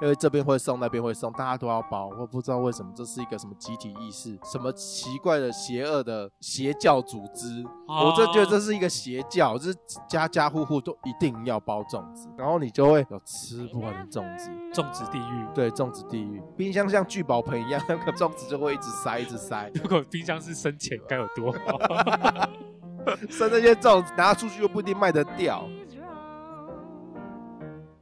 因为这边会送，那边会送，大家都要包。我不知道为什么这是一个什么集体意识，什么奇怪的邪恶的邪教组织。哦我真觉得这是一个邪教，就是家家户户都一定要包粽子，然后你就会有吃不完的粽子。种植地狱。 对，粽子地狱，冰箱像聚宝盆一样，那个粽子就会一直塞，一直塞。如果冰箱是生前该有多好！ 剩那些粽子拿出去又不一定卖得掉。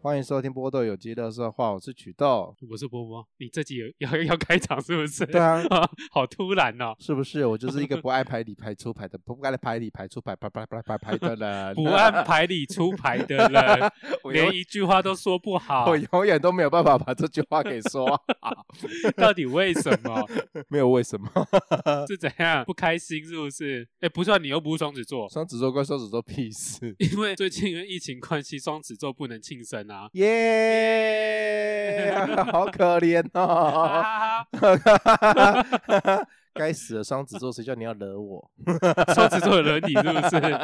欢迎收听波豆有机乐色话，我是曲豆。我是波波，你这集有要 要开场是不是？对啊， 好突然 哦，是不是？我 就是一个不爱排理排出牌的，不爱排理排出牌排排排排排的人。 不按牌理出牌的人， 我连永一句话都说不好我，永远都没有办法把这句话给说 好， 到底为什 么？没有为什么。呃是怎样不开心是不是？哎，不算你又不是双子座， 双子座跟双子座屁事，因为最近因为疫情关系，双子座不能庆生啊。耶、 好可怜哦。 啊 该死的双子座，谁叫你要惹我？双子座的人你是不是？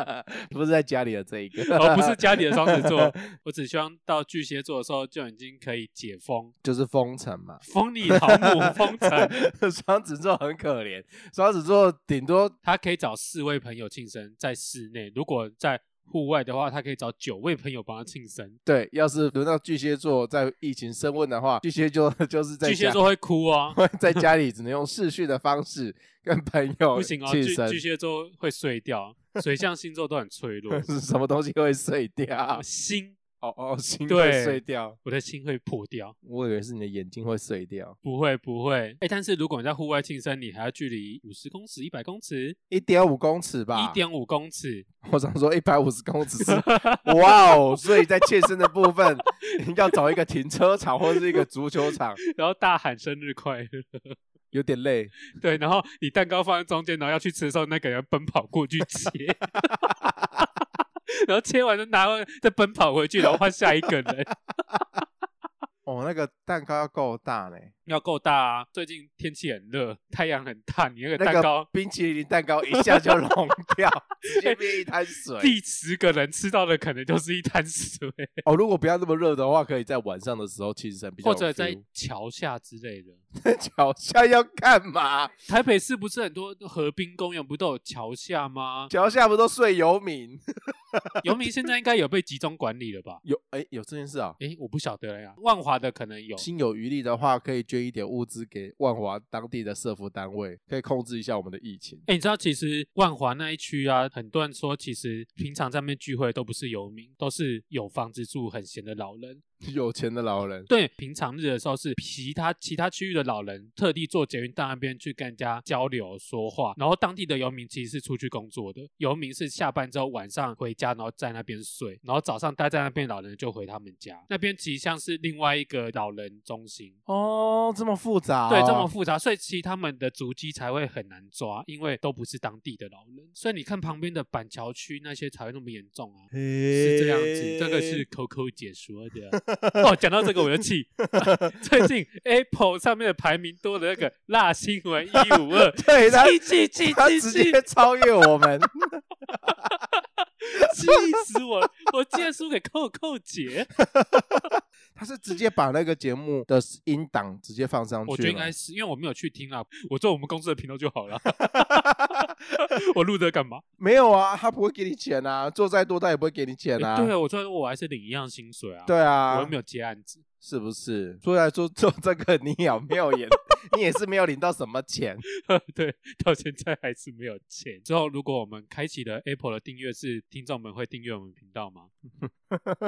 不是在家里的这一个，哦，不是家里的双子座，我只希望到巨蟹座的时候就已经可以解封，就是封城嘛。封你老母封城， 双子座很可怜，双子座顶多他可以找四位朋友庆生，在室内；如果在户外的话，他可以找九位朋友帮他庆生。对，要是轮到巨蟹座在疫情升温的话，巨蟹座 就是在巨蟹家座会哭 哦，在家里只能用视讯的方式跟朋友不行哦，庆巨生，巨，蟹座会碎掉，水象星座都很脆弱 是啊什么东西会碎掉？心，哦哦，心对会碎掉。我的心会破掉。我以为是你的眼睛会碎掉，不会不会，哎、但是如果你在户外庆生，你还要距离五十公尺、一百公尺、一点五公尺吧。一，点五公尺，我想说一百五十公尺是哇哦，所以在健身的部 分要找一个停车场或是一个足球场，然后大喊生日快乐，有点累。对，然后你蛋糕放在中间，然后要去吃的时候，那个人奔跑过去切， 然后切完就拿回再奔跑回去，然后换下一个人，哦，那个蛋糕要够大呢，要够大啊！最近天气很热，太阳很大，你那个那蛋个糕冰淇淋蛋糕一下就融 掉，直接变一滩水。第十个人吃到的可能就是一滩水，哦，如果不要那么热的话，可以在晚上的时候庆生，比较或有者在 feel 桥下之类的。桥下要干 嘛？台北市不是很多河滨公园不都有桥 下吗？桥下不都睡游民？游民现在应该有被集中管理了吧？ 有哎、有这件事啊、诶，我不晓得呀、万华的可能有，哦心有余力的话，可以捐一点物资给万华当地的社福单位，可以控制一下我们的疫情。 哎、你知道其实万华那一区啊，很多人说其实平常在那边聚会都不是游民，都是有房子住很闲的老人。有钱的老人，对，平常日的时候是其他其他区域的老人特地坐捷运到那边去跟人家交流说话，然后当地的游民其实是出去工作的，游民是下班之后晚上回家，然后在那边睡，然后早上待在那边，老人就回他们家。那边其实像是另外一个老人中心。哦，这么复杂、。对，这么复杂，所以其实他们的足迹才会很难抓，因为都不是当地的老人，所以你看旁边的板桥区那些才会那么严重啊，是这样子，这个是 Coco 解说的。哦，讲到这个我就气， 最近 Apple 上面的排名多了那个辣新闻一五二 对他气气气他气直气！接超越我们。气死我了！我竟然输给扣扣姐，他是直接把那个节目的音档直接放上去吗，我觉得应该是因为我没有去听啦，啊我做我们公司的频道就好了。 我录这干嘛？没有啊，他不会给你钱啊，做再多他也不会给你钱啊。欸对啊，我说我还是领一样薪水啊。对我啊又没，有接案子，是不是？所以来说做这个你有没有也，你也是没有领到什么钱。 对，到现在还是没有钱。之后如果我们开启了 Apple 的订阅制，听众们会订阅我们频道吗？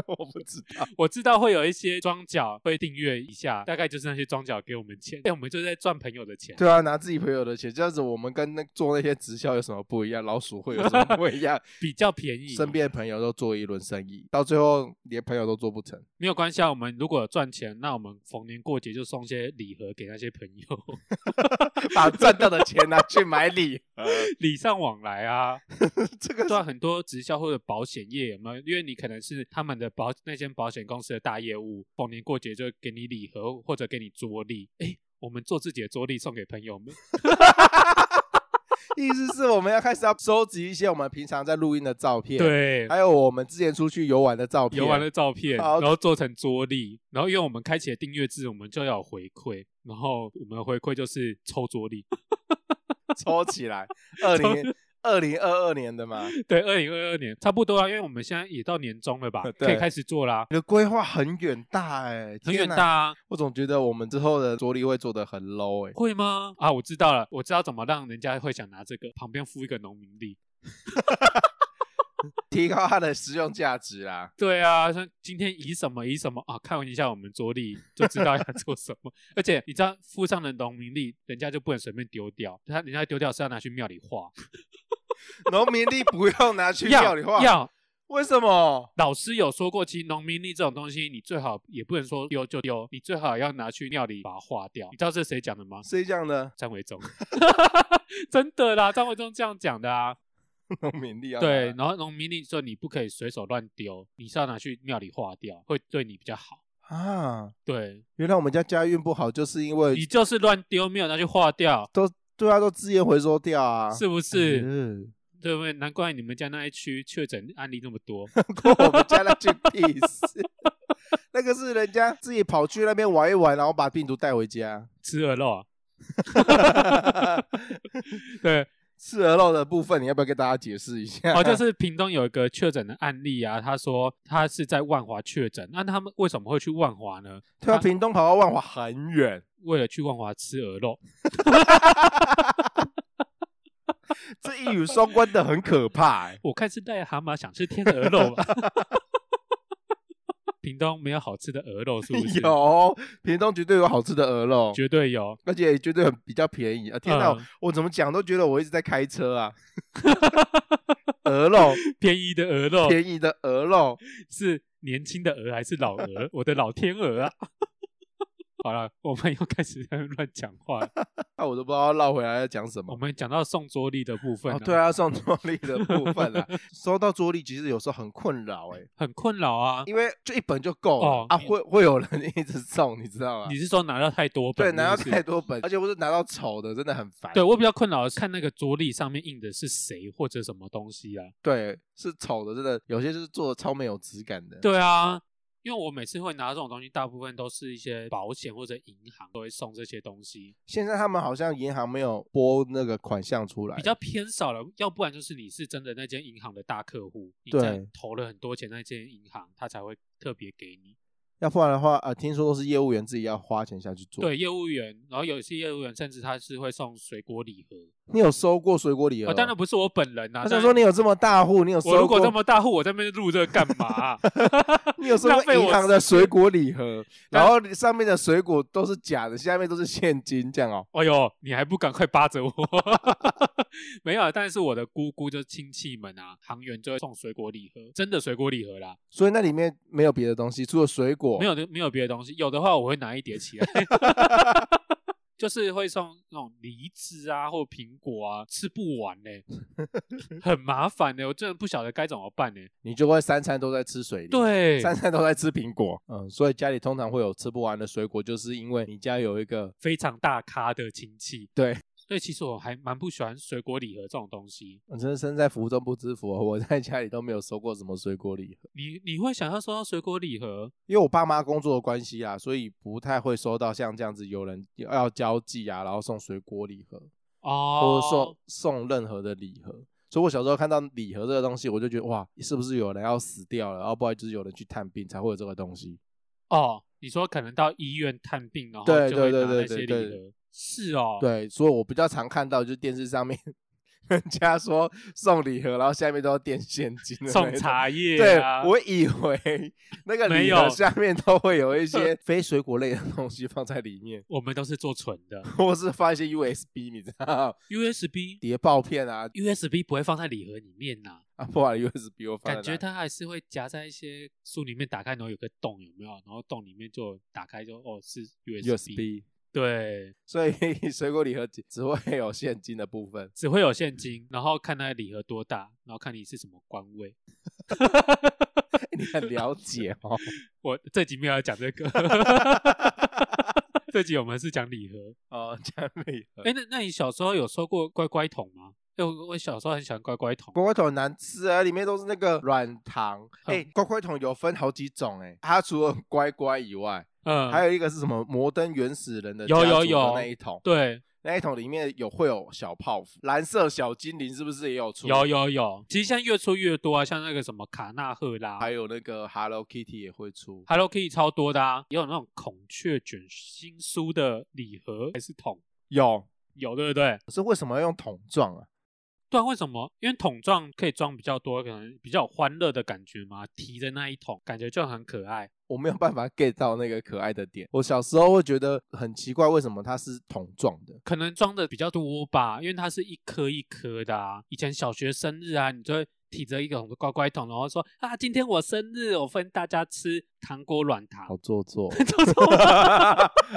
我不知道，我知道会有一些庄脚会订阅一下，大概就是那些庄脚给我们钱，哎、我们就在赚朋友的钱。对啊，拿自己朋友的钱，这样子我们跟那做那些直销有什么不一样？老鼠会有什么不一样？ 比较便宜，身边的朋友都做一轮生意，到最后连朋友都做不 成。没有关系啊。我们如果有赚钱，那我们逢年过节就送些礼盒给那些朋友， 把赚到的钱拿去买礼，礼尚往来啊。这个对啊，很多直销或者保险业有没有？因为你可能是他们的保那间保险公司的大业务，逢年过节就给你礼盒或者给你桌历。哎，我们做自己的桌历送给朋友们，意思是我们要开始要收集一些我们平常在录音的照片，，对，还有我们之前出去游玩的照片，游玩的照片，好然后做成桌历，然后因为我们开启了订阅制，我们就要有回馈，然后我们的回馈就是抽桌历， 抽起来，二零二零二二年的嘛，对，二零二二年差不多啊，因为我们现在也到年终了吧，呃对可以开始做啦，你的规划很远大哎、很天远哪大啊，我总觉得我们之后的着力会做得很 low 哎、会吗？啊，我知道了，我知道怎么让人家会想拿这个，旁边附一个农民历。提高它的实用价值啦。对啊，像今天以什么以什么啊，看一下我们桌历就 知道要做什么。而且你知道附上的农民历，人家就不能随便丢掉，他人家丢掉是要拿去庙里画，农民力不用拿去要庙里画，要为什么？老师有说过，其实农民历这种东西，你最好也不能说丢就丢，你最好要拿去庙里把它化掉。你知道这是谁讲的吗？ 谁讲的？张维忠， 真的啦，张维忠这样讲的啊。农民力要拿对，然后农民历说你不可以随手乱丢，你是要拿去庙里化掉，会对你比较好。啊，对原来我们家家运不好，就是因为你就是乱丢，没有拿去化掉，都对啊，都资源回收掉啊，是不是？嗯，对不对？难怪你们家那一区确诊案例那么 多。关我们家那句屁事。那个是人家自己跑去那边玩一玩，然后把病毒带回家。吃 鹅肉啊？对，吃鹅肉的部分，你要不要跟大家解释一下？ 哦，就是屏东有一个确诊的案例啊，他说他是在万华确诊，那他们为什么会去万华呢？对啊，他屏东跑到万华很远，为了去万华吃鹅肉，这一语双关的很可怕、欸。我看是癞蛤蟆想吃天鹅肉吧。 屏东没有好吃的鹅肉，是不是？， 有，屏东绝对有好吃的鹅肉，绝对有。而且绝对很比较便宜啊！天哪，嗯我怎么讲都觉得我一直在开车 啊。鹅肉，便宜的 鹅肉便宜的鹅肉，是年轻的鹅还是老鹅？ 我的老天鹅啊！ 好了，我们又开始在那边乱讲话了。那、啊我都不知道绕回来要讲什我么。们讲到送桌历的部分、哦，对，啊，送桌历的部分 啊，收到桌历其实有时候很困扰哎、很困扰啊。因为就一本就够了、哦啊，会会有人一直送，你知道吗你？是说拿到太多对，本？拿到是不是太多本，而且我是拿到丑的，真的很烦。 对我比较困扰的是看那个桌历上面印的是谁或者什么东西啊？对，是丑的，真的有些就是做的超没有质感的。对啊，因为我每次会拿这种东西，大部分都是一些保险或者银行都会送这些东西，现在他们好像银行没有拨那个款项出来，比较偏少了。要不然就是你是真的那间银行的大客户，你真的对投了很多钱那间银行，他才会特别给你。要不然的话，呃，听说都是业务员自己要花钱下去做。，对，业务员，然后有些业务员甚至他是会送水果礼盒，你有收过水果礼盒哦，哦？当然不是我本人呐、啊。他想但说你有这么大户，你有收我过？如果这么大户，我在那边录这个干嘛啊、 你有收浪过费我银行的时间水果礼盒，然后上面的水果都是假的，下面都是现金，这样哦。哎呦，你还不赶快扒着我？ 没有啊，但是我的姑姑就是亲戚们啊，行员就会送水果礼盒，真的水果礼盒啦，所以那里面没有别的东西，除了水果。没有的没有别的东西，有的话我会拿一叠起来。 就是会送那种梨子啊，或苹果啊，吃不完呢、 很麻烦欸呢、我真的不晓得该怎么办欸呢、你就会三餐都在吃水梨。。对，三餐都在吃苹果，嗯，所以家里通常会有吃不完的水果，就是因为你家有一个非常大咖的亲戚，对，所以其实我还蛮不喜欢水果礼盒这种东西。我真的身在福中不知福哦，我在家里都没有收过什么水果礼盒，你你会想要收到水果礼盒？因为我爸妈工作的关系啊，所以不太会收到像这样子有人要交际啊，然后送水果礼盒，或哦，者送送任何的礼盒。所以我小时候看到礼盒这个东西，我就觉得哇，是不是有人要死掉了？然后不然就是有人去探病才会有这个东西。哦，你说可能到医院探病，然后对就会对拿对那些对礼对盒，是哦，，对，所以我比较常看到就是电视上面 人家说送礼盒，然后下面都要垫现金的那送种茶叶、对啊，，我以 为那个没礼有盒下面都会有一 些非水果类的东西放在里面，我们都是做纯的或是放一些 USB，你知道， USB。谍报片啊 USB 不会放在礼盒里面呐、啊，不然 USB 我放在感觉哪它还是会夹在一些书里面，打开然后有个洞，有没有？然后洞里面就打开就哦是 USB，, USB，对，所以 水果礼盒只只会有现金的部分。 只会有现金，然后看那个礼盒多大，然后看你是什么官位。 你很了解哦， 我这集没有要讲这个，这集我们是讲礼盒。哦哦，讲礼盒。哎，那那你小时候有收过乖乖桶吗？哎，我我小时候很喜欢乖乖桶。乖乖桶很难吃啊，里面都是那个软糖。哎、嗯乖乖桶有分好几种哎、它除了乖乖以外，嗯，还有一个是什么摩登原始人的有家有族的有那一桶，对，那一桶里面有会有小泡芙，蓝色小精灵是不是也有出？有，有有。其实现在越出越多啊，像那个什么卡纳赫啦还有那个 Hello Kitty 也会出。 ，Hello Kitty 超多的啊，也有那种孔雀卷心酥的礼盒还是桶，有，有对不对？可是为什么要用桶状啊？对啊，为什么？因为桶状可以装比较多，可能比较有欢乐的感觉嘛，提着那一桶感觉就很可爱。我没有办法 get 到那个可爱的点。我小时候会觉得很奇怪，为什么它是桶状的？可能装的比较多吧，因为它是一颗一颗的啊。以前小学生日啊，你就会提着一个乖乖桶，然后说啊，今天我生日，我分大家吃糖果软糖。好 做作。就这么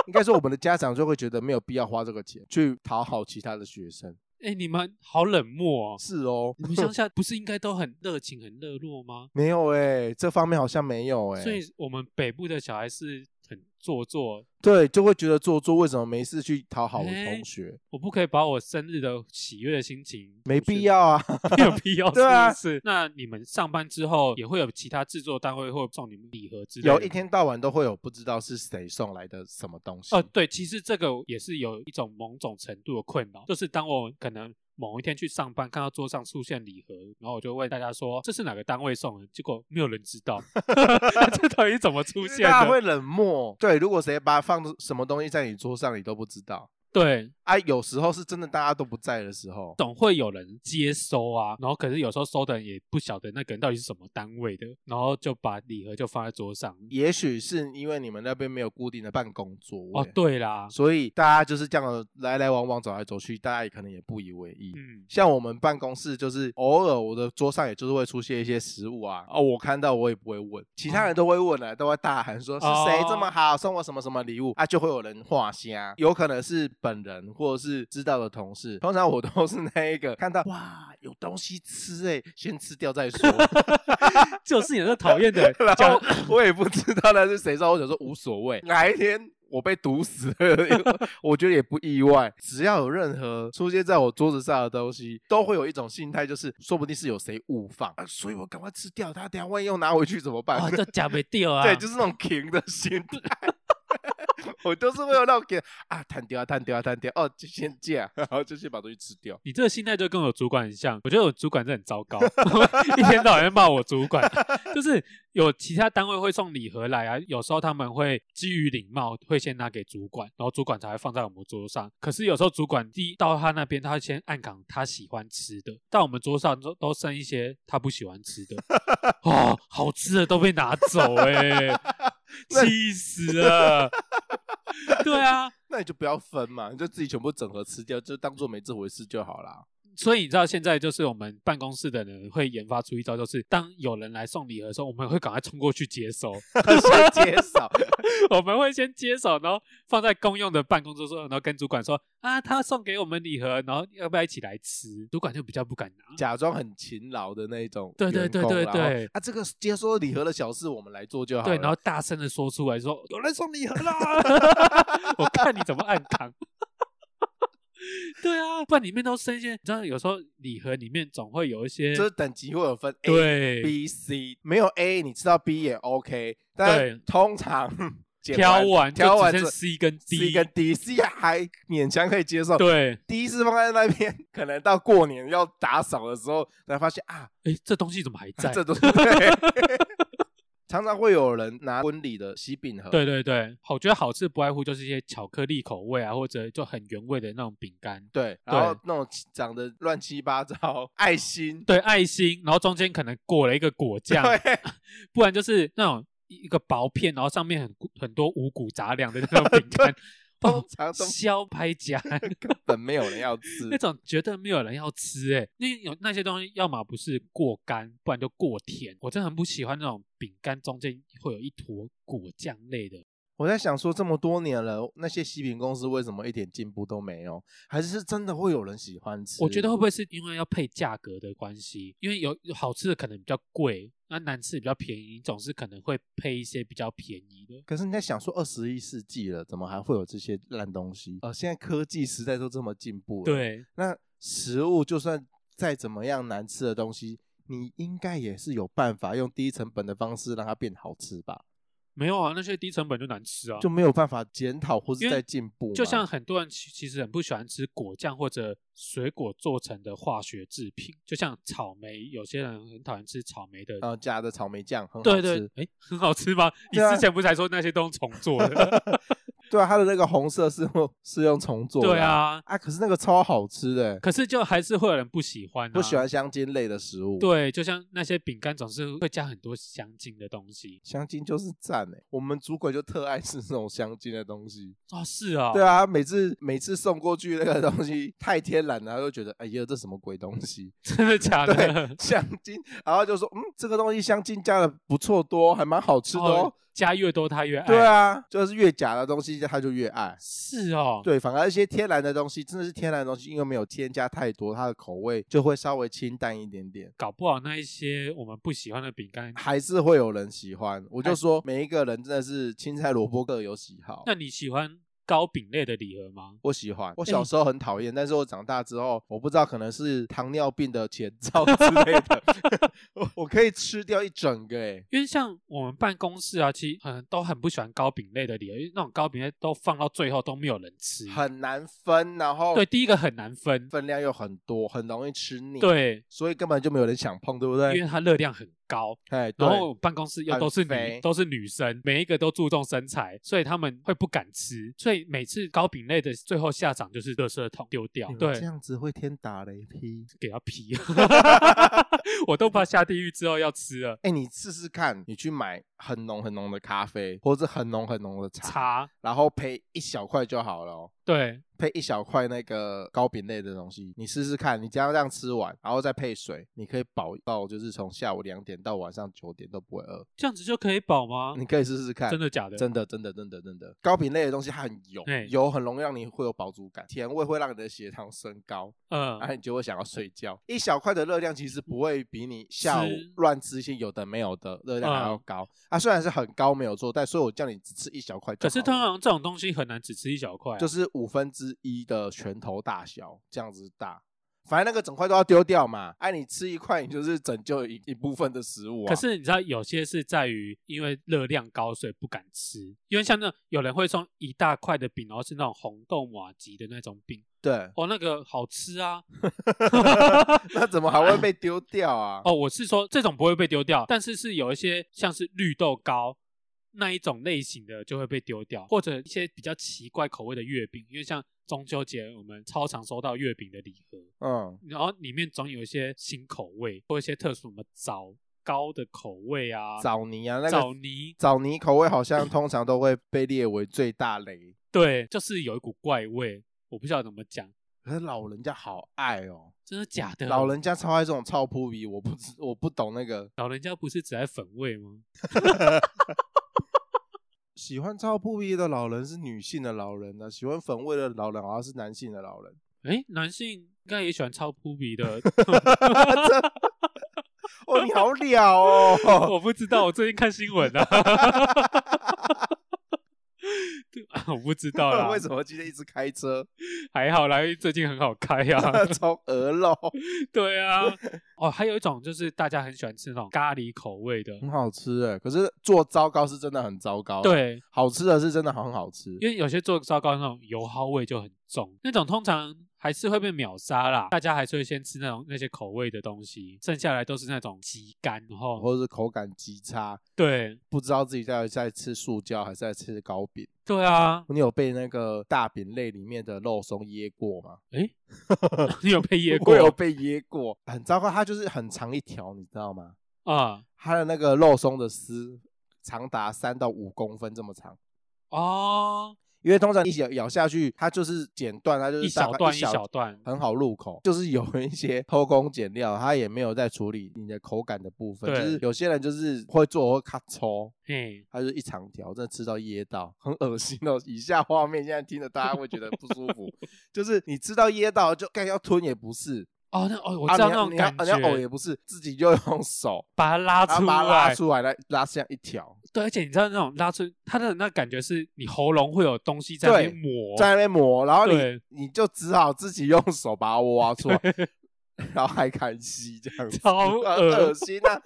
应该说，我们的家长就会觉得没有必要花这个钱去讨好其他的学生。哎、你们好 冷漠哦！是哦，你们乡下不是应该都很热情、很热络吗？没有哎、这方面好像没有哎、所以我们北部的小孩是很做作，对，就会觉得做作，为什么没事去讨好同学？我不可以把我生日的喜悦的心情没必要啊。 没有必要，对啊是不是。那你们上班之后也会有其他制作单位会送你们礼盒之类的吗？有一天到晚都会有不知道是谁送来的什么东西。哦，对，其实这个也是有一种某种程度的困扰，就是当我可能某一天去上班，看到桌上出现礼盒，然后我就问大家说这是哪个单位送的，结果没有人知道 这到底怎么出因为现大家会的。冷漠。对，如果谁把放什么东西在你桌上，你都不知道。对，啊，有时候是真的大家都不在的时候，总会有人接收啊，然后可是有时候收的人也不晓得那个人到底是什么单位的，然后就把礼盒就放在桌上。也许是因为你们那边没有固定的办公座位，哦，对啦，所以大家就是这样的来来往往走来走去，大家也可能也不以为意。嗯，像我们办公室，就是偶尔我的桌上也就是会出现一些食物啊，哦，我看到我也不会问，其他人都会问啊了，都会大喊说是哦谁这么好送我什么什么礼物啊，就会有人画虾，有可能是本人或者是知道的同事，通常我都是那一个看到哇有东西吃哎、先吃掉再说，就是你那讨厌的人 然讲后我也不知道那是谁送，我想说无所谓，哪一天。我被毒死 了，我觉得也不意外。只要有任何出现在我桌子上的东西，都会有一种心态，就是说不定是有谁误放、啊，所以我赶快吃掉它。等一下万一又拿回去怎么办？ 哇，这讲没掉哦啊，对，就是那种停的心态。 我都是会有那种给啊，摊掉啊，摊掉啊，摊掉哦，就先这样，然后就先把东西吃掉。你这个心态就跟我主管很像，我觉得我主管真的很糟糕， 一天到晚在骂我主管。 就是有其他单位会送礼盒来啊，有时候他们会基于礼貌会先拿给主管，然后主管才会放在我们桌上。可是有时候主管第一到他那边，他会先按扛他喜欢吃的，但我们桌上都都剩一些他不喜欢吃的， 哦，好吃的都被拿走哎、 那气死了。 对啊，那你就不要分嘛，你就自己全部整合吃掉，就当做没这回事就好啦。 所以你知道现在就是我们办公室的人会研发出一招，就是当有人来送礼盒的时候，我们会赶快冲过去接收， 先接手，我们会先接手，然后放在公用的办公桌上，然后跟主管说啊，他送给我们礼盒，然后要不要一起来吃？主管就比较不敢拿。假装很勤劳的那一种对员工。对对对然后对啊，这个接收礼盒的小事我们来做就好了。对，然后大声的说出来说，有人送礼盒 啦，我看你怎么暗扛。对啊，不然里面都生一些，你知道有时候礼盒里面总会有一些就是等级会有分 A、对 B、C，没有 A 你吃到 B 也 OK，但对通常 剪挑完挑完就只剩这 C 跟 C D 跟 D，C 还勉强可以接受。对， D 是放在那边， 可能到过年要打扫的时候才发现啊，哎，这东西怎么还在？这都是对。 常常会有人拿婚礼的喜饼盒，对对对，我觉得好吃不外乎就是一些巧克力口味啊，或者就很原味的那种饼干。对，然后那种长得乱七八糟，爱心，对，爱心，然后中间可能裹了一个果酱，对，，不然就是那种一个薄片，然后上面很很多五谷杂粮的那种饼 干哦通常都削拍 夹根本没有人要吃那。种绝对没有人要吃哎、欸，那有那些东西要么不是过干，不然就过甜。我真的很不喜欢那种饼干中间会有一坨果酱类的，我在想说，这么多年了，那些西饼公司为什么一点进步都没有？还是是真的会有人喜欢吃？我觉得会不会是因为要配价格的关系？因为有有好吃的可能比较贵，那难吃的比较便宜，总是可能会配一些比较便宜的。可是你在想说，二十一世纪了，怎么还会有这些烂东西？呃，现在科技时代都这么进步了，，对，那食物就算再怎么样难吃的东西，你应该也是有办法用低成本的方式让它变好吃吧？没有啊，那些低成本就难吃啊。就没有办法检讨或因是为在进步吗，就像很多人其其实很不喜欢吃果酱或者水果做成的化学制品，就像草莓，有些人很讨厌吃草莓的。呃加的草莓酱很好对吃，对，哎，很好 吃吗？你对啊之前不是还说那些都是重做 的？对啊，它的那个红色是用是用重做的，对啊，啊，可是那个超好吃的欸，可是就还是会有人不喜欢、啊，不喜欢香精类的食物，，对，就像那些饼干总是会加很多香精的东西香精就是赞哎，我们主管就特爱吃这种香精的东西，哦，是啊、对，啊，每次每次送过去那个东西太天然了，他就觉得哎呀这什么鬼东西， 真的假的对？香精，然后就说嗯这个东西香精加的不错多，还蛮好吃的哦，加越多他越爱，对，啊，就是越假的东西他就越爱。是哦，对，反而一些天然的东西，真的是天然的东西，因为没有添加太多，它的口味就会稍微清淡一点点，搞不好那一些我们不喜欢的饼干，还是会有人喜欢。我就说，每一个人真的是青菜萝卜各有喜好。哎那你喜欢糕饼类的礼盒吗？我喜欢，我小时候很讨厌，但是我长大之后，我不知道可能是糖尿病的前兆之类 的，我我可以吃掉一整个、欸，因为像我们办公室啊，其实嗯都很不喜欢糕饼类的礼盒，因为那种糕饼类都放到最后都没有人吃。很难分，然后对，第一个很难分，分量又很多，很容易吃腻，，对，所以根本就没有人想碰，对不因对？为它热量很高，哎，对然，后办公室又很都是女肥都是女生，每一个都注重身材，所以他们会不敢吃，所以每次糕饼类的最后下场就是垃圾桶丢掉你，们对哎这，样子会天打雷劈。给他批， 我都怕下地狱之后要吃了。哎、你试试看，你去买很浓很浓的咖啡，或者很浓很浓的茶，茶，然后配一小块就好了、哦，对，配一小块那个糕饼类的东西，你试试看，你这样这样吃完，然后再配水，你可以饱到就是从下午两点到晚上九点都不会饿，这样子就可以饱吗？你可以试试看。哦真的假的？真的，真的，真的，真的，糕饼类的东西它很油哎，油很容易让你会有饱足感，甜味会让你的血糖升高，嗯然后你就会想要睡觉。一小块的热量其实不会比你下午吃乱吃一些有的没有的热量还要嗯高。啊，虽然是很高没有错，但所以我叫你只吃一小块就好可是了，通常这种东西很难只吃一小块啊、就是五分之一的拳头大小这样子大。反正那个整块都要丢掉嘛，哎、你吃一块，你就是拯救一一部分的食物啊。可是你知道，有些是在于因为热量高，所以不敢吃。因为像那有人会送一大块的饼，然后是那种红豆马吉的那种饼，，对 哦，那个好吃啊。那怎么还会被丢掉啊？哦，我是说这种不会被丢掉，但是是有一些像是绿豆糕那一种类型的就会被丢掉，或者一些比较奇怪口味的月饼，因为像中秋节我们超常收到月饼的礼盒，嗯，然后里面总有一些新口味或一些特殊什么枣糕的口味啊，枣泥啊，那枣个泥枣泥口味好像通常都会被列为最大雷，对，就是有一股怪味，我不知道怎么讲，可是老人家好爱哦。真的假的？啊老人家超爱这种臭扑鼻，我不知我不懂那个老人家不是只爱粉味吗？喜欢臭扑鼻的老人是女性的老人呢、啊喜欢粉味的老人好像是男性的老人。哎，男性应该也喜欢超扑鼻 的，哦，你好了哦，我不知道，我最近看新闻啊。 对啊我不知道 啦为，什么今天一直开车？。还好啦，因为最近很好开啊 从鹅肉对啊，哦，还有一种就是大家很喜欢吃那种咖喱口味的，很好吃哎，可是做糟糕是真的很糟糕。，啊对，好吃的是真的很好吃。因为有些做糟糕那种油耗味就很重，那种通常还是会被秒杀啦。大家还是会先吃那种那些口味的东西，剩下来都是那种极干，然后或者是口感极差，对不知道自己到底在吃塑胶还是在吃糕饼。对啊，你有被那个大饼类里面的肉松噎过吗？诶，你有被噎我有过被噎过，很糟糕。它就是很长一条，你知道吗？啊？它的那个肉松的丝长达三到五公分这么长，哦，因为通常你咬咬下去，它就是剪断，它就是一大小块段一一小段，很好入口，就是有一些偷工减料，它也没有在处理你的口感的部分，就对是有些人就是会做会咔抽，嘿，它就是一长条，真的吃到噎到，很恶心哦。以下画面现在听着大家会觉得不舒 服，就是你吃到噎到就该要吞也不是，哦，那哦，我啊知道你那要种感你要你要呕也觉，不是，自己就用手把它拉然出后把它拉来，出来，来拉像一条，对，而且你知道那种拉出它的那感觉是你喉咙会有东西在那边对磨，在那边磨，然后你对你就只好自己用手把它挖 出来，然后还敢吸这样子，超很恶啊恶心 啊！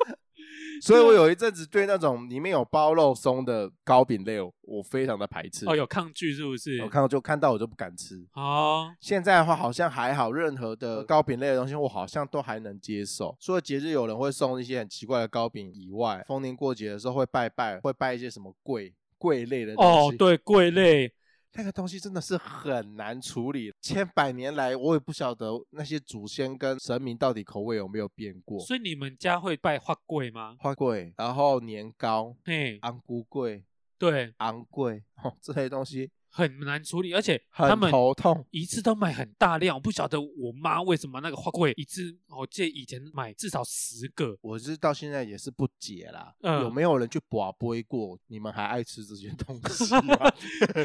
所以我有一阵子对那种里面有包肉松的糕饼类，我非常的排斥。哦，有抗拒是不是我？看到就看到我就不敢吃。哦，现在的话好像还好，任何的嗯糕饼类的东西我好像都还能接受。除了节日有人会送一些很奇怪的糕饼以外，逢年过节的时候会拜拜，会拜一些什么贵贵类的东西。嗯哦，对，贵类，那个东西真的是很难处理。千百年来，我也不晓得那些祖先跟神明到底口味有没有变过。所以你们家会拜花贵吗？花贵，然后年糕、嘿，昂菇贵、对，昂贵哦，这些东西很难处理，而且 他很们头痛。一次都买很大量，我不晓得我妈为什么那个花贵一次，我记得以前买至少十个，我是到现在也是不解啦，嗯有没有人去把杯过？你们还爱吃这些 东西吗？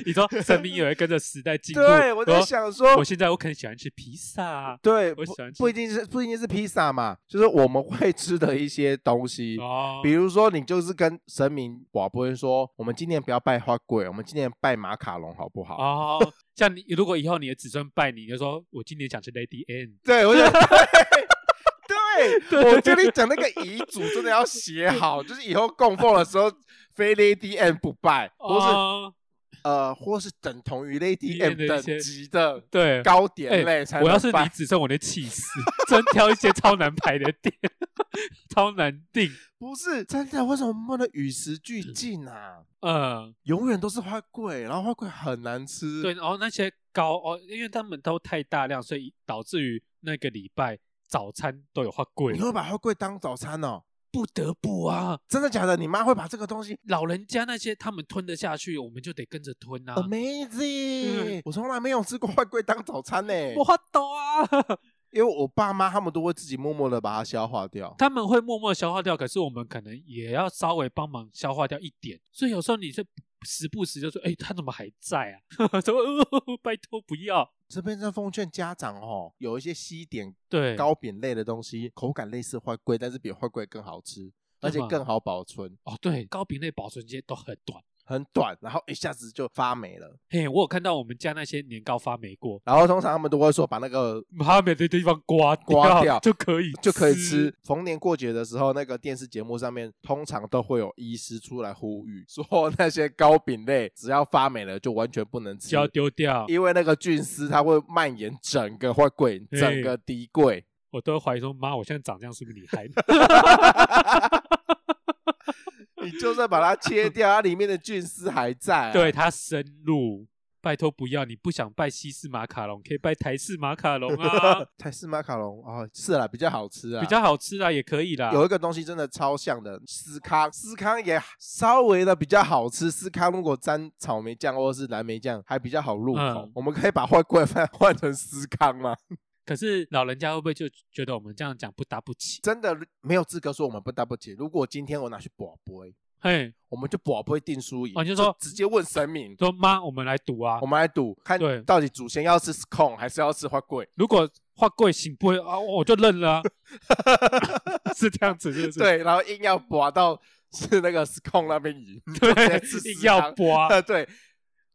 你说神明也会跟着时代进步。 对，我在说，想说，我现在我可能喜欢吃披萨啊对，我不喜欢吃不一定是不一定是披萨嘛，就是我们会吃的一些东西。哦比，如说，你就是跟神明寡不会说，我们今年不要拜花鬼，我们今年拜马卡龙，好不好？哦，像你如果以后你的子孙拜你，你就说我今年想吃 Lady N，对， 我想，对，对我跟你讲，那个遗嘱真的要写好，就是以后供奉的时候，非 Lady M 不拜，或是、哦，呃，或是等同于 Lady 里 M 面的一些等级的对，糕哎点类才能我拜。要是你子孙，我得气死，专挑一些超难排的店， 超难定，不是真的，为什么不能与时俱进啊？嗯，永远都是花贵，然后花贵很难吃。对，然后那些高哦，因为他们都太大量，所以导致于那个礼拜早餐都有花贵你，会把花贵当早餐哦？不得不啊，真的假的？你妈会把这个东西老人家那些他们吞得下去，我们就得跟着吞哦啊， Amazing！、嗯我从来没有吃过坏龟当早餐呢、我花抖啊，因为我爸妈他们都会自己默默的把它消化掉。他们会默默消化掉，可是我们可能也要稍微帮忙消化掉一点，所以有时候你是时不时就说，哎、他怎么还在啊？ 说、呃拜托不要，这边在奉劝家长哦，有一些西点对，糕饼类的东西，口感类似坏龟，但是比坏龟更好吃，而且对嘛更好保存，哦，对，糕饼类保存期限都很短。很短，然后一下子就发霉了。嘿，我有看到我们家那些年糕发霉过，然后通常他们都会说把那个发霉的地方刮刮掉就可以就可以吃。。逢年过节的时候，那个电视节目上面通常都会有医师出来呼吁，说那些糕饼类只要发霉了就完全不能吃就，要丢掉，因为那个菌丝它会蔓延整个花柜，嘿整个低柜。我都会怀疑说，妈，我现在长这样是不是你害的？你就算把它切掉，它里面的菌丝还在、，对，它深入，拜托不要，你不想拜西式马卡龙，可以拜台式马卡龙啊 泰式马卡龙哦，是啦，比较好吃啊，比较好吃啊，也可以啦。有一个东西真的超像的，司康，司康也稍微的比较好吃。司康如果沾草莓酱或者是蓝莓酱，还比较好入口。嗯我们可以把坏贵饭换成司康吗？可是老人家会不会就觉得我们这样讲不搭不起？真的没有资格说我们不搭不起。如果今天我拿去保杯，嘿，我们就保杯定输赢，哦你就说直接问神明，说妈，我们来赌啊我，们来赌看对到底祖先要吃 scone 还是要吃花贵。如果画贵行不会啊，我就 认了啊、是这样子，是不是？对，然后硬要拔到是那个 scone 那边 赢， 对吃，司硬要啊康 刮。对，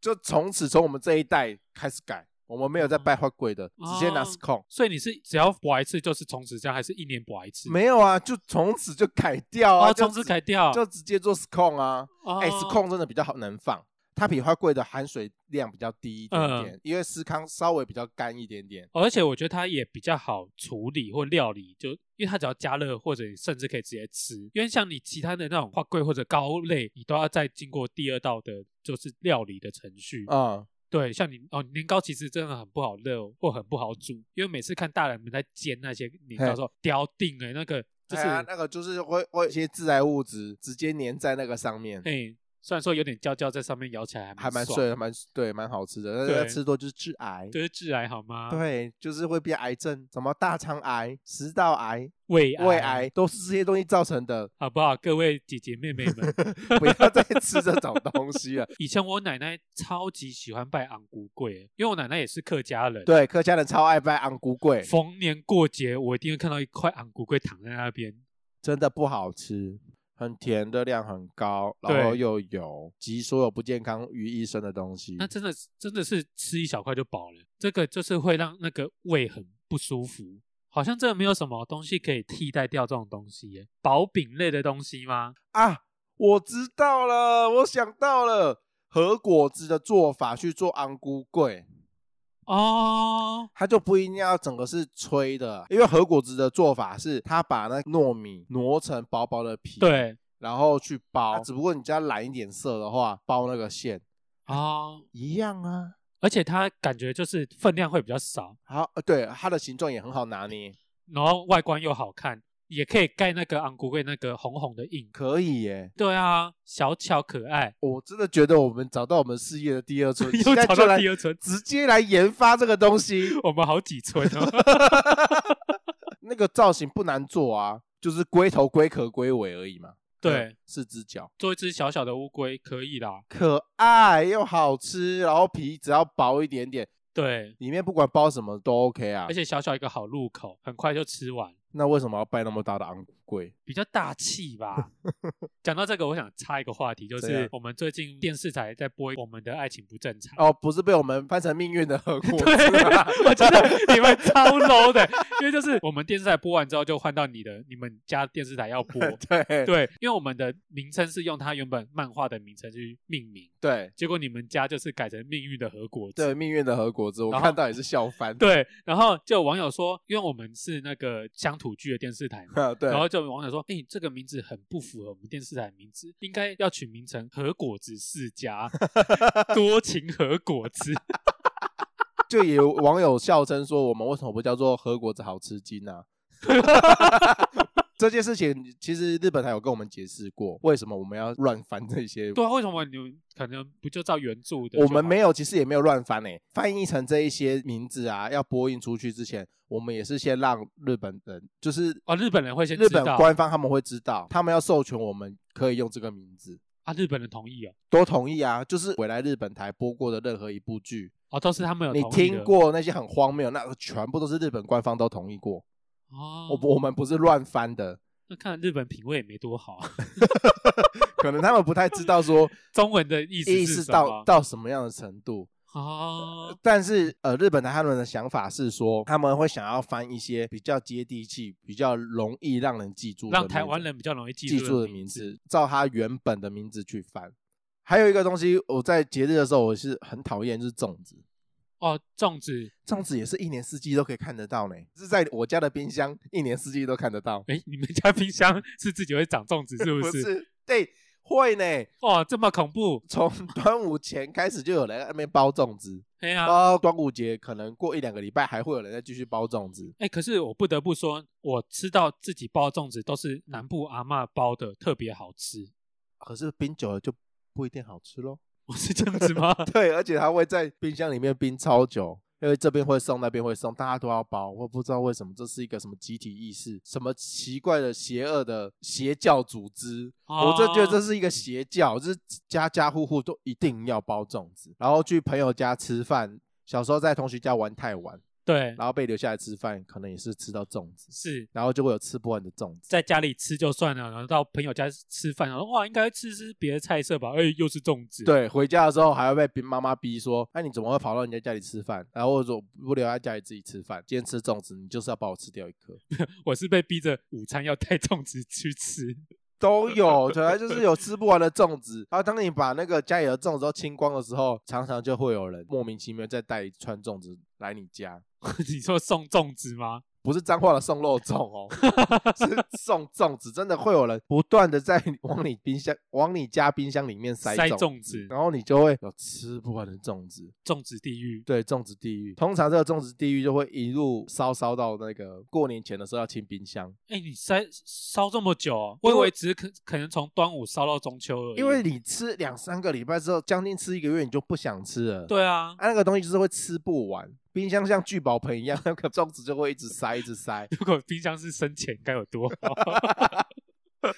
就从此从我们这一代开始改，我们没有再拜花贵的，直接拿嗯哦 scone。所以你是只要刮一次，就是从此这样，还是一年刮一次？没有啊，就从此就改掉啊，哦，就从此直改掉。就直接做 scone 啊。哦哎，scone 真的比较好能放，它比花贵的含水量比较低一点嗯点，因为司康稍微比较干一点嗯点。哦而且我觉得它也比较好处理或料理，就因为它只要加热，或者你甚至可以直接吃。因为像你其他的那种花贵或者糕类，你都要再经过第二道的，就是料理的程序。嗯，对，像你哦，年糕其实真的很不好热或很不好煮，因为每次看大人们在煎那些年糕的时候，雕定哎、那个就是哎呀那个就是会会有一些致癌物质直接粘在那个上面，嘿，虽然说有点焦焦，在上面咬起来还蛮爽，碎，还蛮对，蛮好吃的。但是它对吃多就是致癌，就是致癌好吗？，对，就是会变癌症，什么大肠癌、食道癌、胃癌胃癌，都是这些东西造成的。好不好？各位姐姐妹妹 们，不要再吃这种东西 了。以前我奶奶超级喜欢拜昂古贵，欸因为我奶奶也是客家人，对，客家人超爱拜昂 菇桂，逢年过节我一定会看到一块昂古贵躺在那边，真的不好吃，很甜，热量很高，然后对又油，集所有不健康于一身的东西。那真的是真的是吃一小块就饱了，这个就是会让那个胃很不舒服。好像真的没有什么东西可以替代掉这种东西耶，薄饼类的东西吗？啊，我知道了，我想到了，和果子的做法去做昂菇桂。哦，它就不一定要整个是吹的，啊因为和果子的做法是，它把那糯米挪成薄薄的皮，，对，然后去包。只不过你加染一点色的话，包那个馅哦，一样啊。而且它感觉就是分量会比较少，好，呃对，它的形状也很好拿捏，然后外观又好看，也可以盖那个昂古贵那个红红的印。可以耶。对啊，小巧可爱，我真的觉得我们找到我们事业的第二春， 又现在找就到来第二层，直接来研发这个东 西。我们好几层哦。 那个造型不难做啊，就是龟头、龟壳、龟尾而已嘛。对，，四只脚，做一只小小的乌龟可以啦。可爱又好吃，然后皮只要薄一点点，对，里面不管包什么都 OK 啊而。且小小一个好入口，很快就吃完，那为什么要拜那么大的昂贵？比较大 气吧。讲到这个，我想插一个话题，就怎样是我们最近电视台在播我们的《爱情不正常》。哦，不是被我们翻成命运的 和果对子啊、，我觉得你们超 low 的，因为就是我们电视台播完之后就换到你的，你们家电视台 要播。 对对，因为我们的名称是用它原本漫画的名称去命名，对结果你们家就是改成命运的和果子。对，命运的和果子，我然后看到也是笑翻。对，然后就有网友说，因为我们是那个乡土剧的电视台嘛，啊对然后就有网友说，哎、这个名字很不符合我们电视台的名字，应该要取名成“和果子 世家”，多情和果子。 就有网友笑称说，我们为什么不叫做和果子好吃惊呢、 这件事情其实日本台有跟我们解释过，为什么我们要乱翻这些。对啊，为什么你们可能不就照原著的？我们没，有，其实也没有乱翻诶、欸翻译成这一些名字啊，要播映出去之前，我们也是先让日本人，就是哦日本人会先日知本道官方他们会知道，他们要授权我们可以用这个名字，啊，日本人同意哦，都同意啊。就是回来日本台播过的任何一部剧，哦，都是他们有你同意听的过那些很荒谬，那个全部都是日本官方都同意过。哦。我不我们不是乱翻的，那看来日本品味也没多好啊，可能他们不太知道说中文的 意思意是识什到么？到什么样的程度。 哦，但是呃，日本的他们的想法是说，他们会想要翻一些比较接地气、比较容易让人记住的名字，让台湾人比较容易记记住的的名名。字，照他原本的名字去翻。还有一个东西，我在节日的时候我是很讨厌，就是粽子。哦，粽子，粽子也是一年四季都可以看得到呢，是在我家的冰箱一年四季都看得到，哎，你们家冰箱是自己会长粽 子是不不是？是？对，会呢。哇，这么恐怖！ 从端午前开始就有人在那边包粽子，哎呀、哎、包端午节可能过一两个礼拜还会有人再继续包粽子。哎可是我不得不说，我吃到自己包的粽子都是嗯南部阿嬷包的，特别好吃。可是冰久了就不一定好吃喽。我是这样子吗？对，而且它会在冰箱里面冰超久，因为这边会送，那边会送，大家都要包。我不知道为什么这是一个什么集体意识，什么奇怪的邪恶的邪教组织。 我这觉哦得这是一个邪教，就是家家户户都一定要包粽子，然后去朋友家吃饭。小时候在同学家玩太晚，对，然后被留下来吃饭，可能也是吃到粽子。是然后就会有吃不完的粽子。在家里吃就算了，然后到朋友家吃饭，然后哇，应该吃吃别的菜色吧？哎，又是粽子。，对，回家的时候还会被妈妈逼说：“那、你怎么会跑到人家家里吃饭？”然后我说：“不留在家里自己吃饭，今天吃粽子，你就是要把我吃掉一颗。我是被逼着午餐要带粽子去吃。” 都有，本来就是有吃不完的粽子。然后当你把那个家里的粽子都清光的时候，常常就会有人莫名其妙再带一串粽子来你家。你说送粽子吗？不是脏话的送肉粽哦， 是送粽子，真的会有人不断的在你往你冰箱、往你家冰箱里面塞塞粽粽子然后你就会有吃不完的粽子。粽子地狱，对，粽子地狱，通常这个粽子地狱就会一路烧烧到那个过年前的时候要清冰箱，哎、你塞烧这么久、哦，因我为以为只是可可能从端午烧到中秋而已。因为你吃两三个礼拜之后，将近吃一个月，你就不想吃了。对啊，，啊，那个东西就是会吃不完，冰箱像聚宝盆一样，那个粽子就会一直塞，一直塞 如果冰箱是生前该有多好。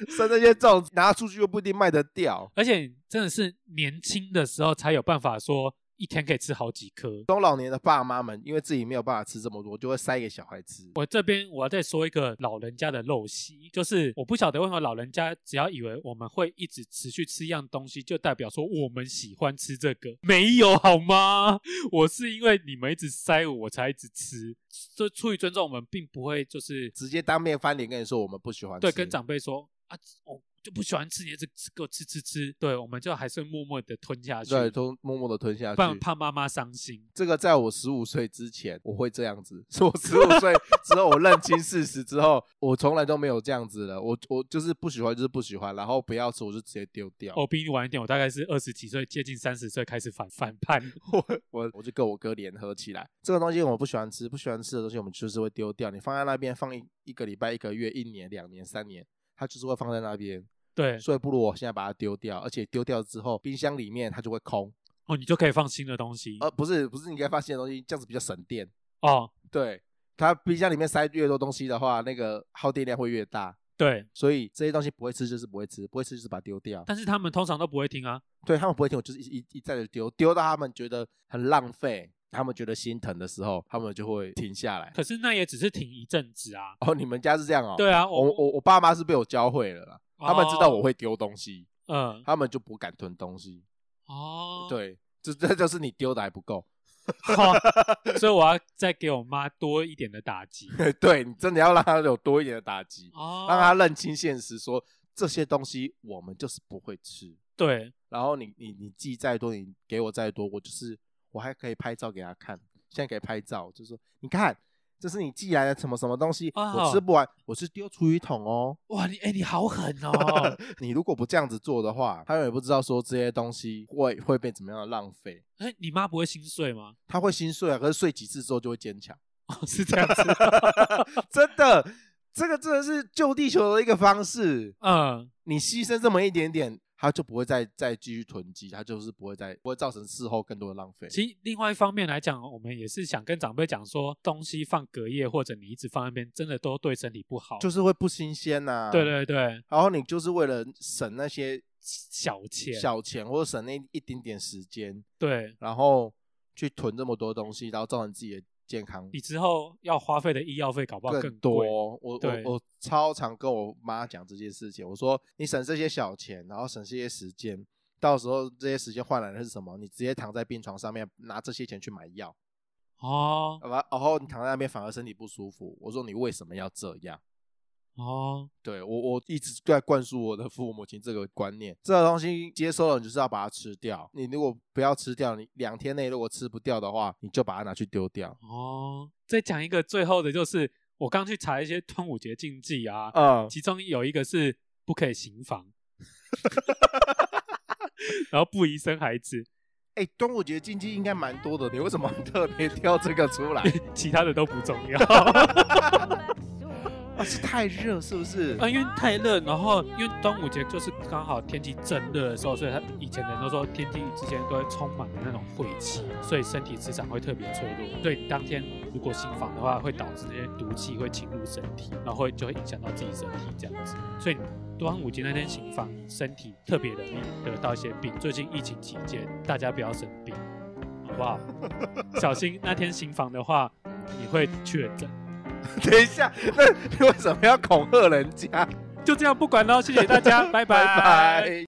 剩那些粽子拿出去又不一定卖得掉。而且真的是年轻的时候才有办法说一天可以吃好几颗。中老年的爸妈们，因为自己没有办法吃这么多，就会塞给小孩吃。我这边我要再说一个老人家的陋习，就是我不晓得为什么老人家只要以为我们会一直持续吃一样东西，就代表说我们喜欢吃这个， 没有好吗？我是因为你们一直塞我，我才一直吃，就出于尊重，我们并不会就是直接当面翻脸跟你说我们不喜欢吃，对，跟长辈说啊，我就不喜欢吃，你一直吃给我吃吃吃，对，我们就还是默默的吞下去，对，都默默的吞下不然去。怕妈妈伤心。这个在我十五岁之前，我会这样子。是我十五岁之后，我认清事实之后，我从来都没有这样子了。我我就是不喜欢，就是不喜欢，然后不要吃，我就直接丢掉。我哦比你晚一点，我大概是二十几岁，接近三十岁开始反反叛。 我我我就跟我哥联合起来，这个东西我们不喜欢吃，不喜欢吃的东西我们就是会丢掉。你放在那边放一一个礼拜、一个月、一年、两年、三年，它就是会放在那边，对，所以不如我现在把它丢掉，而且丢掉之后冰箱里面它就会空，哦，你就可以放新的东西。呃，不是不是你该发现的东西，这样子比较省电。哦，对，它冰箱里面塞越多东西的话，那个耗电量会越大。对，所以这些东西不会吃就是不会吃，不会吃就是把它丢掉。但是他们通常都不会听啊。对他们不会听，我就是一一一再的丢，丢到他们觉得很浪费，他们觉得心疼的时候，他们就会停下来。可是那也只是停一阵子啊。哦，你们家是这样哦？、对哦啊，我我我爸妈是被我教会了啦，他们知道我会，会丢东西，嗯，他们就不敢囤东西。哦，，对，这这就是你丢的还不够， 好，所以我要再给我妈多一点的打击。对你真的要让他有多一点的打击， 哦，让他认清现实说，这些东西我们就是不会吃。对，然后你你你寄再多，你给我再多，我就是我还可以拍照给他看，现在可以拍照，就是说你看，这是你寄来的什么什么东西，啊我吃不完，我是丢厨余桶哦。哇，你哎，你好狠哦。 你如果不这样子做的话，他永远不知道说这些东西会会被怎么样的浪费。哎，你妈不会心碎吗？他会心碎啊，可是睡几次之后就会坚强， 哦，是这样子。 真的，这个真的是救地球的一个方式。嗯，你牺牲这么一点点，他就不会再再继续囤积，他就是不会再不会造成事后更多的浪费。其实另外一方面来讲，我们也是想跟长辈讲说，东西放隔夜或者你一直放那边，真的都对身体不好。就是会不新鲜呐、对。对对，然后你就是为了省那些小钱。小钱，或者省那一点点时间，对然后去囤这么多东西，然后造成自己的健康你之后要花费的医药费搞不好更贵。多。我我对我超常跟我妈讲这件事情，我说你省这些小钱，然后省这些时间，到时候这些时间换来的是什么？你直接躺在病床上面，拿这些钱去买药，哦然后然后你躺在那边反而身体不舒服。我说你为什么要这样？哦，对我，我一直在灌输我的父母亲这个观念，这个东西接收了，你就是要把它吃掉。你如果不要吃掉，你两天内如果吃不掉的话，你就把它拿去丢掉。哦，再讲一个最后的，就是我刚去查一些 端午节禁忌啊，嗯，其中有一个是不可以行房， 然后不宜生孩子，哎，端午节禁忌应该蛮多的，你为什么 特别挑这个出来？其他的都不重要。啊，是太热是不是？ 啊，因为太热，然后因为端午节就是刚好天气正热的时候，所以他以前人都说天地之间都会充满了那种晦气，所以身体磁场会特别脆弱。所以当天如果心房的话，会导致那些毒气会侵入身体，然后会就会影响到自己身体这样子。所以端午节那天行房，身体特别容易得到一些病。最近疫情期间，大家不要生病，好不 好？小心那天行房的话，你会确诊。等一下， 那你为什么要恐吓人家？ 就这样不管喽，谢谢大家，拜拜拜拜